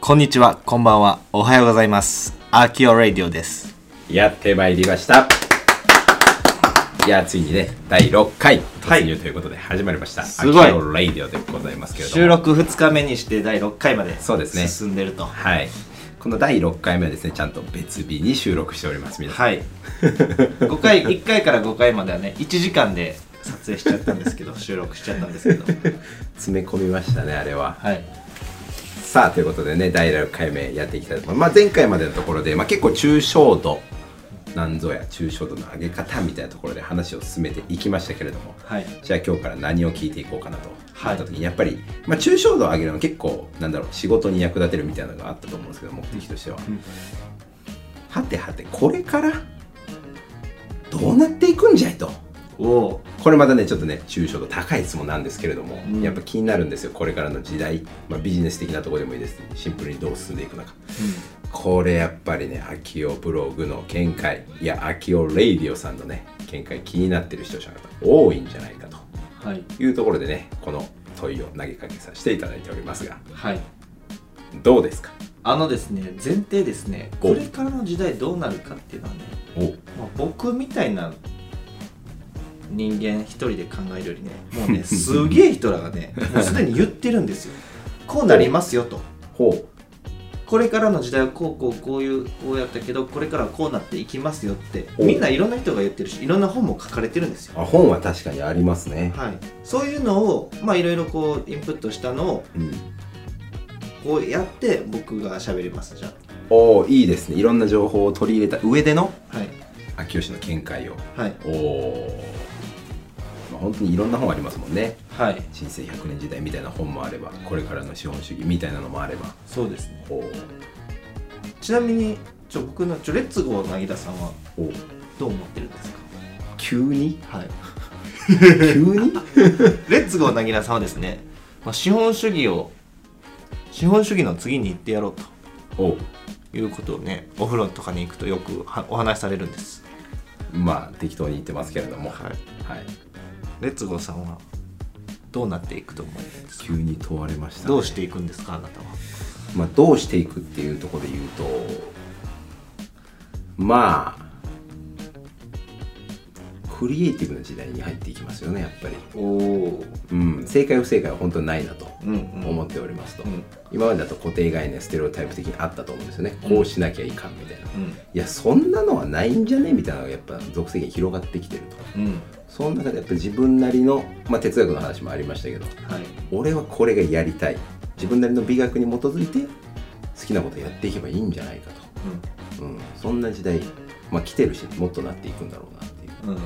こんにちは、こんばんは、おはようございます。アーキオラディオです。やってまいりました。いや、ついにね、第6回突入ということで始まりました。すごいアキオレイディオでございますけれども。収録2日目にして第6回までそうですね進んでると。はい。この第6回目はですね、ちゃんと別日に収録しております、皆さん。はい。5回、1回 から5回まではね、1時間で撮影しちゃったんですけど、収録しちゃったんですけど。詰め込みましたね、あれは。はい。さあ、ということでね、第6回目やっていきたいと思います。まあ、前回までのところで、まあ、結構抽象度、なんぞや抽象度の上げ方みたいなところで話を進めていきましたけれども、はい。じゃあ今日から何を聞いていこうかなとはいなった時に、やっぱり、まあ、抽象度を上げるのは結構なんだろう仕事に役立てるみたいなのがあったと思うんですけど目的としては、はてはてこれからどうなっていくんじゃいとおおこれまたねちょっとね抽象度高い質問なんですけれども、うんやっぱ気になるんですよこれからの時代、まあ、ビジネス的なところでもいいですシンプルにどう進んでいくのかこれやっぱりね、アキオブログの見解、いや、アキオレイディオさんのね、見解気になってる視聴者の方多いんじゃないかとー。はい。いうところでね、この問いを投げかけさせていただいておりますが、はい。どうですかあのですね、前提ですね、おこれからの時代どうなるかっていうのはね、おまあ、僕みたいな人間一人で考えるよりねもう ねすげえ人らがねもうすでに言ってるん ですよこうなりますよとほう。これからの時代はこうこうこういうこうやったけどこれからはこうなっていきますよっておみんないろんな人が言ってるしいろんな本も書かれてるんですよあ本は確かにありますね。はいそういうのをまあいろいろこうインプットしたのをうん。こうやって僕が喋りますじゃおおいいですね。いろんな情報を取り入れた上での、あはい秋吉の見解を。はいおお。まあ、本当にいろんな本ありますもんね。はい人生100年時代みたいな本もあれば、これからの資本主義みたいなのもあれば。そうですねおお。ちなみにちょ僕のちょレッツゴーなぎださんはおーどう思ってるんですか急に はい急 にレッツゴーなぎらさんはですね、まあ、資本主義を資本主義の次に行ってやろうおということをねお風呂とかに行くとよくはお話しされるんです、まあ適当に言ってますけれども、はいはい、レッツゴーさんはどうなっていくと思いますか急に問われましたね、どうしていくんですかあなたはまあ、どうしていくっていうところで言うとまあクリエイティブな時代に入っていきますよねやっぱり、おおうん、正解不正解は本当にないなとうんうん思っておりますと、うん今までだと固定概念ステレオタイプ的にあったと思うんですよねこうしなきゃいかんみたいな、いうんやそんなのはないんじゃねみたいなのがやっぱ属性に広がってきてるとうんその中でやっぱ自分なりの、まあ、哲学の話もありましたけどはい俺はこれがやりたい自分なりの美学に基づいて好きなことやっていけばいいんじゃないかと、うん、そんな時代、まあ、来てるしもっとなっていくんだろうなっていううんうん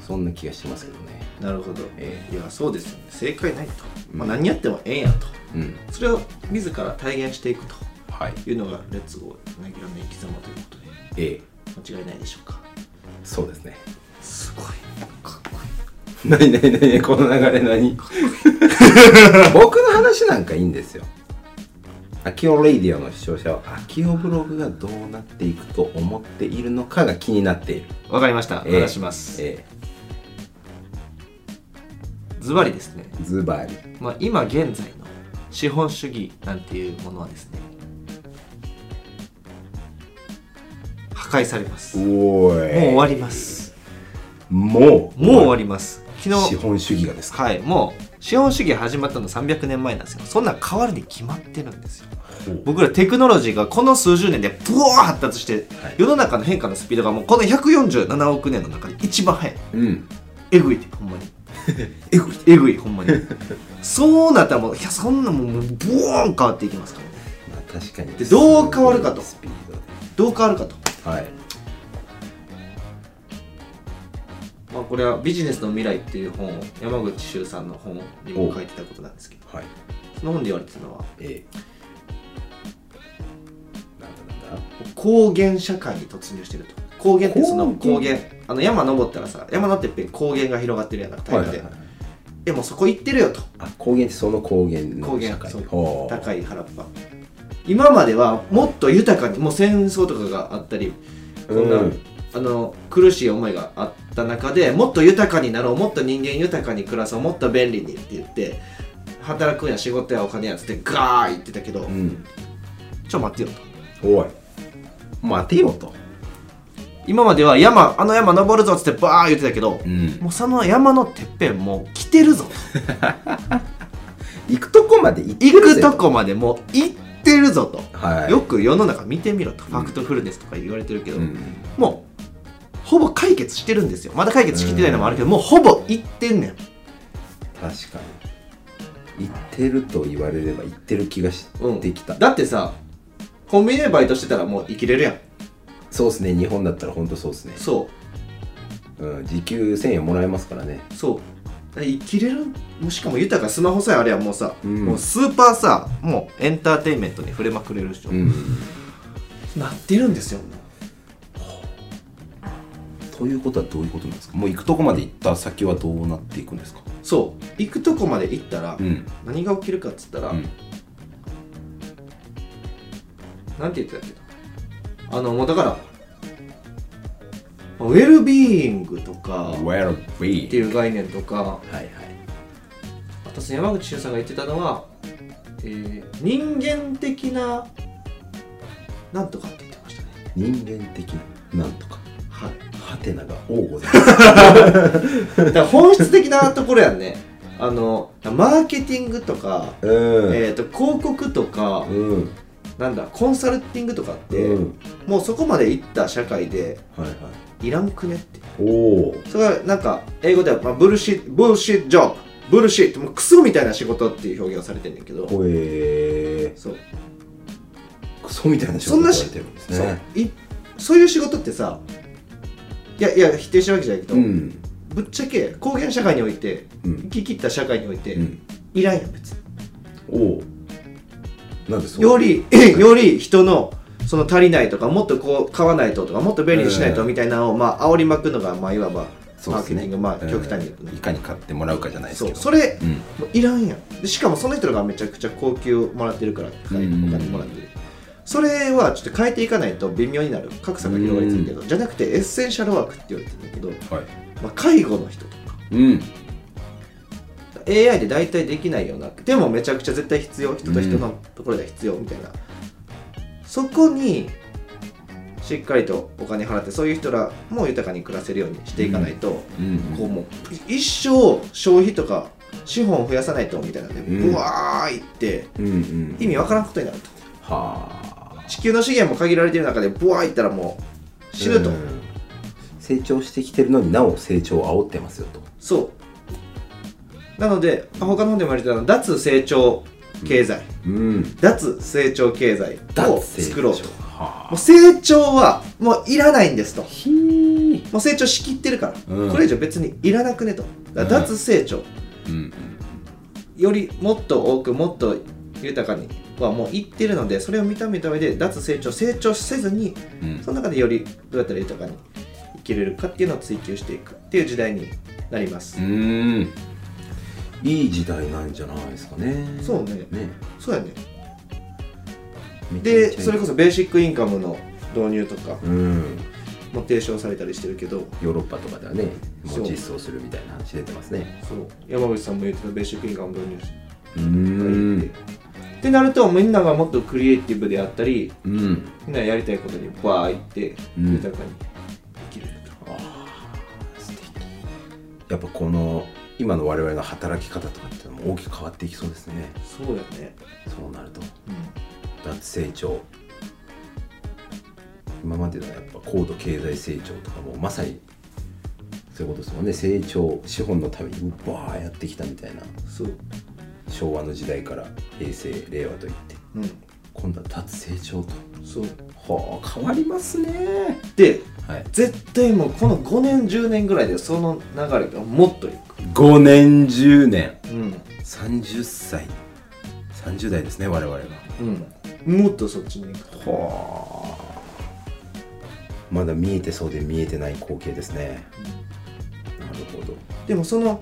そんな気がしてますけどねなるほど、えいやそうですよね正解ないと、まあ、うん何やってもええんやとうんそれを自ら体現していくとはいいうのがレッツゴーなぎらの生き様ということで A 間違いないでしょうかそうですねすごいかっこ何何何この流れ何僕の話なんかいいんですよアキオレイディオの視聴者はアキオブログがどうなっていくと思っているのかが気になっているいいわかりましたええ話しますえズバリですね、ーズバリまあ、今現在の資本主義なんていうものはですね破壊されますもおーうい終わりますもうもう終わります昨資日本主義がですかはいもう資本主義始まったの300年前なんですよそんなん変わるに決まってるんですよ僕らテクノロジーがこの数十年でブワー発達してはい世の中の変化のスピードがもうこの147億年の中で一番速いうんえぐいってほんまに えこれえぐいほんまにそうなったらもういやそんなもんもうボーン変わっていきますからねまあ確かにでどう変わるかとスピードでどう変わるかと、はいまあ、これは「ビジネスの未来」っていう本を山口周さんの本にも書いてたことなんですけどはいその本で言われてたのは A なんだなんだ高原社会に突入してると高原ってその高高原原あの山登ったらさ山のてっぺん高原が広がってるやんか大陸で、でもうそこ行ってるよとあ高原ってその高原高の原社会そうほう高い原っぱ今まではもっと豊かにもう戦争とかがあったりこんな、うんあの苦しい思いがあった中でもっと豊かになろうもっと人間豊かに暮らそうもっと便利にって言って働くんや仕事やお金やっつってガー言ってたけど、うんちょ待ってよとおい待てよと今までは山あの山登るぞっつってバー言ってたけど、うんもうその山のてっぺんもう来てるぞ行くとこまで行って行るくぜとこまでもう行ってるぞと、はいよく世の中見てみろと、ファクトフルネスとか言われてるけど、うんもうほぼ解決してるんですよまだ解決しきってないのもあるけど、もうほぼ行ってんねん確かに行ってると言われれば行ってる気がしうんてきた、だってさコンビニでバイトしてたらもう生きれるやんそうですね日本だったら本当そうですね、そうん、時給1000円もらえますからねうそうだから生きれるもうしかも豊かスマホさえあれやもうさ、うんもうスーパーさもうエンターテインメントに触れまくれる人、うんなってるんですよということはどういうことなんですかもう行くとこまで行った先はどうなっていくんですかそう行くとこまで行ったら、うん何が起きるかっつったら、うんなんて言ってたっけあのもうだからウェルビーイングとかっ Where we ていう概念とかはいはいあとその山口周さんが言ってたのは、えー人間的ななんとかって言ってましたね人間的ななんとかはいハテナが多ございますだから本質的なところやんね あのマーケティングとか、うん、えー、と広告とか、うんなんだコンサルティングとかって、うんもうそこまでいった社会ではいはいいらんくねっておおそれはなんか英語では、まあ、ブルシッブルシッジョブブルシットもうクソみたいな仕事っていう表現をされてんねんけどほえー、そう,、クソみたいな仕そん事なさしれてるんですそねういそういう仕事ってさいやいや否定してるわけじゃないけど、うんぶっちゃけ公原社会においてう生んき切った社会において、うんいらんやん別におおなんでそうよりより人のその足りないとかもっとこう買わないととかもっと便利にしないとみたいなのをまあ煽りまくのがまあいわばそうマでーすケねティング、まあうん極端に言うとねいかに買ってもらうかじゃないですそけうどそれうんもういらんやんでしかもその人らがめちゃくちゃ高級もらってるから高いおうん金もらってるそれはちょっと変えていかないと微妙になる格差が広がりすぎるけどじゃなくてエッセンシャルワークって言われてるんだけど、はまあ、介護の人とかいうん AI で大体できないようなでもめちゃくちゃ絶対必要人と人のところでは必要みたいな、そこにしっかりとお金払ってそういう人らも豊かに暮らせるようにしていかないと、うんこうもう一生消費とか資本を増やさないとみたいなね、うんうわーいってうんうん意味わからんことになるとはあ地球の資源も限られてる中でブワーいったらもう死ぬと、うん成長してきてるのになお成長を煽ってますよとそうなのであ他の本でも言われてたのは脱成長経済、うん脱成長経済を作ろうともはうあ成長はもういらないんですとひーもう成長しきってるから、うんこれ以上別にいらなくねとだから脱成長、うんよりもっと多くもっと豊かにはもういってるのでそれを見た目た上で脱成長成長せずにうんその中でよりどうやったら豊かに生きれるかっていうのを追求していくっていう時代になります、うんいい時代なんじゃないですかねそうねねそうやねめちゃめちゃでいいそれこそベーシックインカムの導入とかうんも提唱されたりしてるけどヨーロッパとかではねもそうう実装するみたいな話出てますねそう山口さんも言ってたベーシックインカム導入しうてんってなるとみんながもっとクリエイティブであったりうんみんなやりたいことにバーいってうん豊かに生きれると、やっぱこの今の我々の働き方とかっていうのも大きく変わっていきそうですねそうやね、そうなるとうん脱成長今までのやっぱ高度経済成長とかもまさにそういうことですもんね成長資本のためにバーやってきたみたいなそう、昭和の時代から平成令和といってうん、今度は脱成長とそうはあ変わりますねではい絶対もうこの5年10年ぐらいでその流れがもっといく5年10年うん30歳30代ですね我々がうんもっとそっちに行くはあまだ見えてそうで見えてない光景ですねなるほどでもその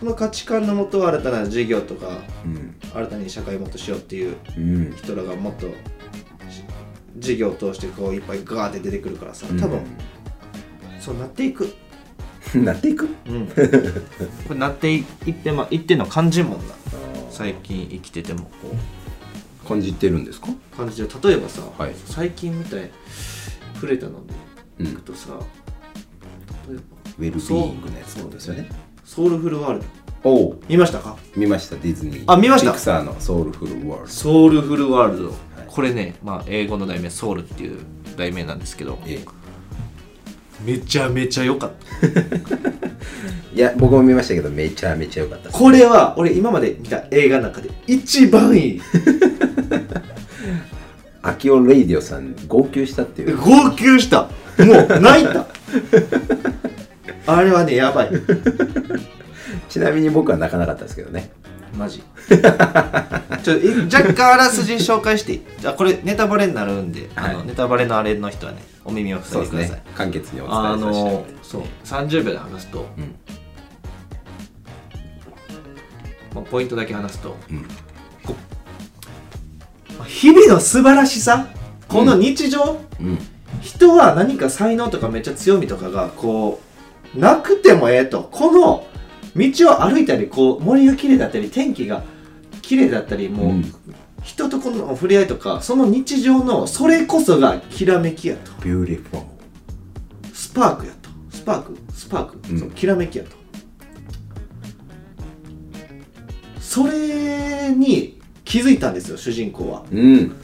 その価値観のもと新たな事業とかうん新たに社会をもっとしようっていううん人らがもっとし事業を通してこういっぱいガーって出てくるからさ多分、そうなっていく、うん なっていくうん、これなっていいってまいってんの感じもんな最近生きててもこう感じてるんですか感じで例えばさ、はい最近みたい触れたのでうんいくとさ、例えばウェルビーイングのやつってことですよねソウルフルワールドおお見ましたか見ましたディズニーあ見ましたピクサーのソウルフルワールドソウルフルワールド、いこれね、まあ、英語の題名ソウルっていう題名なんですけどえめちゃめちゃ良かったえいや僕も見ましたけどめちゃめちゃ良かったですこれは俺今まで見た映画の中で一番 いいアキオレイディオさん号泣したっていう号泣したもう泣いたあれはねやばいちなみに僕は泣かなかったですけどねマジ ちょっとい若干あらすじ紹介していいあこれネタバレになるんで、あはのいネタバレのあれの人はねお耳をそう塞いでですください、ね簡潔にお伝あえさせてのそう30秒で話すと、うんまあ、ポイントだけ話すと、うんこまあ日々の素晴らしさこの日常、うん人は何か才能とかめっちゃ強みとかがこうなくてもええとこの道を歩いたりこう森が綺麗だったり天気が綺麗だったりもう、うん人とこの触れ合いとかその日常のそれこそがきらめきやとビューティフォースパークやとスパークスパーク、うんそうきらめきやとそれに気づいたんですよ主人公はうん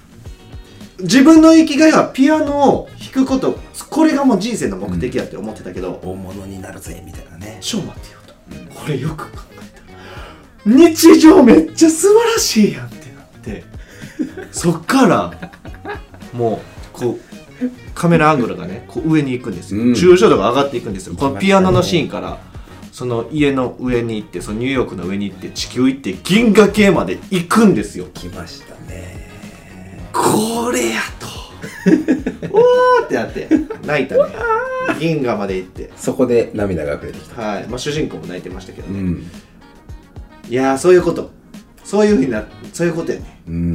自分の生きがいはピアノを弾くことこれがもう人生の目的やって思ってたけど、大物になるぜみたいなねちょ待ってよと、これよく考えたら日常めっちゃ素晴らしいやんってなってそっからもうこうカメラアングルがねこう上に行くんですよ、うん抽象度が上がっていくんですよ行きまこのしたねピアノのシーンからその家の上に行ってそのニューヨークの上に行って地球行って銀河系まで行くんですよ来ましたねこれや とおーってなって泣いたね銀河まで行ってそこで涙が溢れてきたはい、まあ、主人公も泣いてましたけどね、んいやーそういうことそういうふうになそういうことやねうん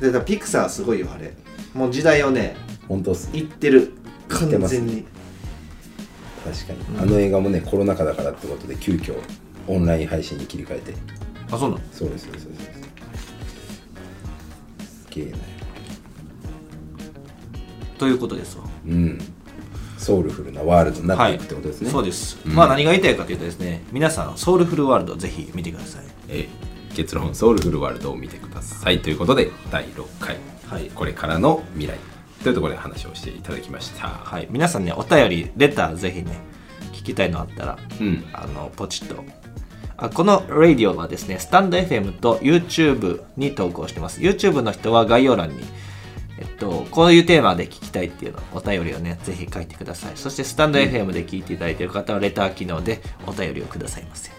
だからピクサーすごいよあれもう時代をね本当っすねいってる行完ってます全に確かに、うんあの映画もねコロナ禍だからってことで急遽オンライン配信に切り替えてあそうなのそうですそうですそうですすげえなということですわうんソウルフルなワールドになっていくってことですね、そうです、うんまあ何が言いたいかというとですね皆さんソウルフルワールドぜひ見てくださいえー結論ソウルフルワールドを見てくださいということで第6回、はいこれからの未来というところで話をしていただきましたははい皆さんねお便りレターぜひね聞きたいのあったらうんあのポチッとあこのラディオはですねスタンド FM と YouTube に投稿してます YouTube の人は概要欄にえっと、こういうテーマで聞きたいっていうのお便りをねぜひ書いてくださいそしてスタンド FM で聞いていただいている方はレター機能でお便りをくださいませ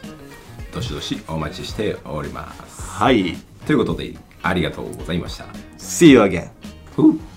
どしどしお待ちしておりますはいということでありがとうございました See you again! ふう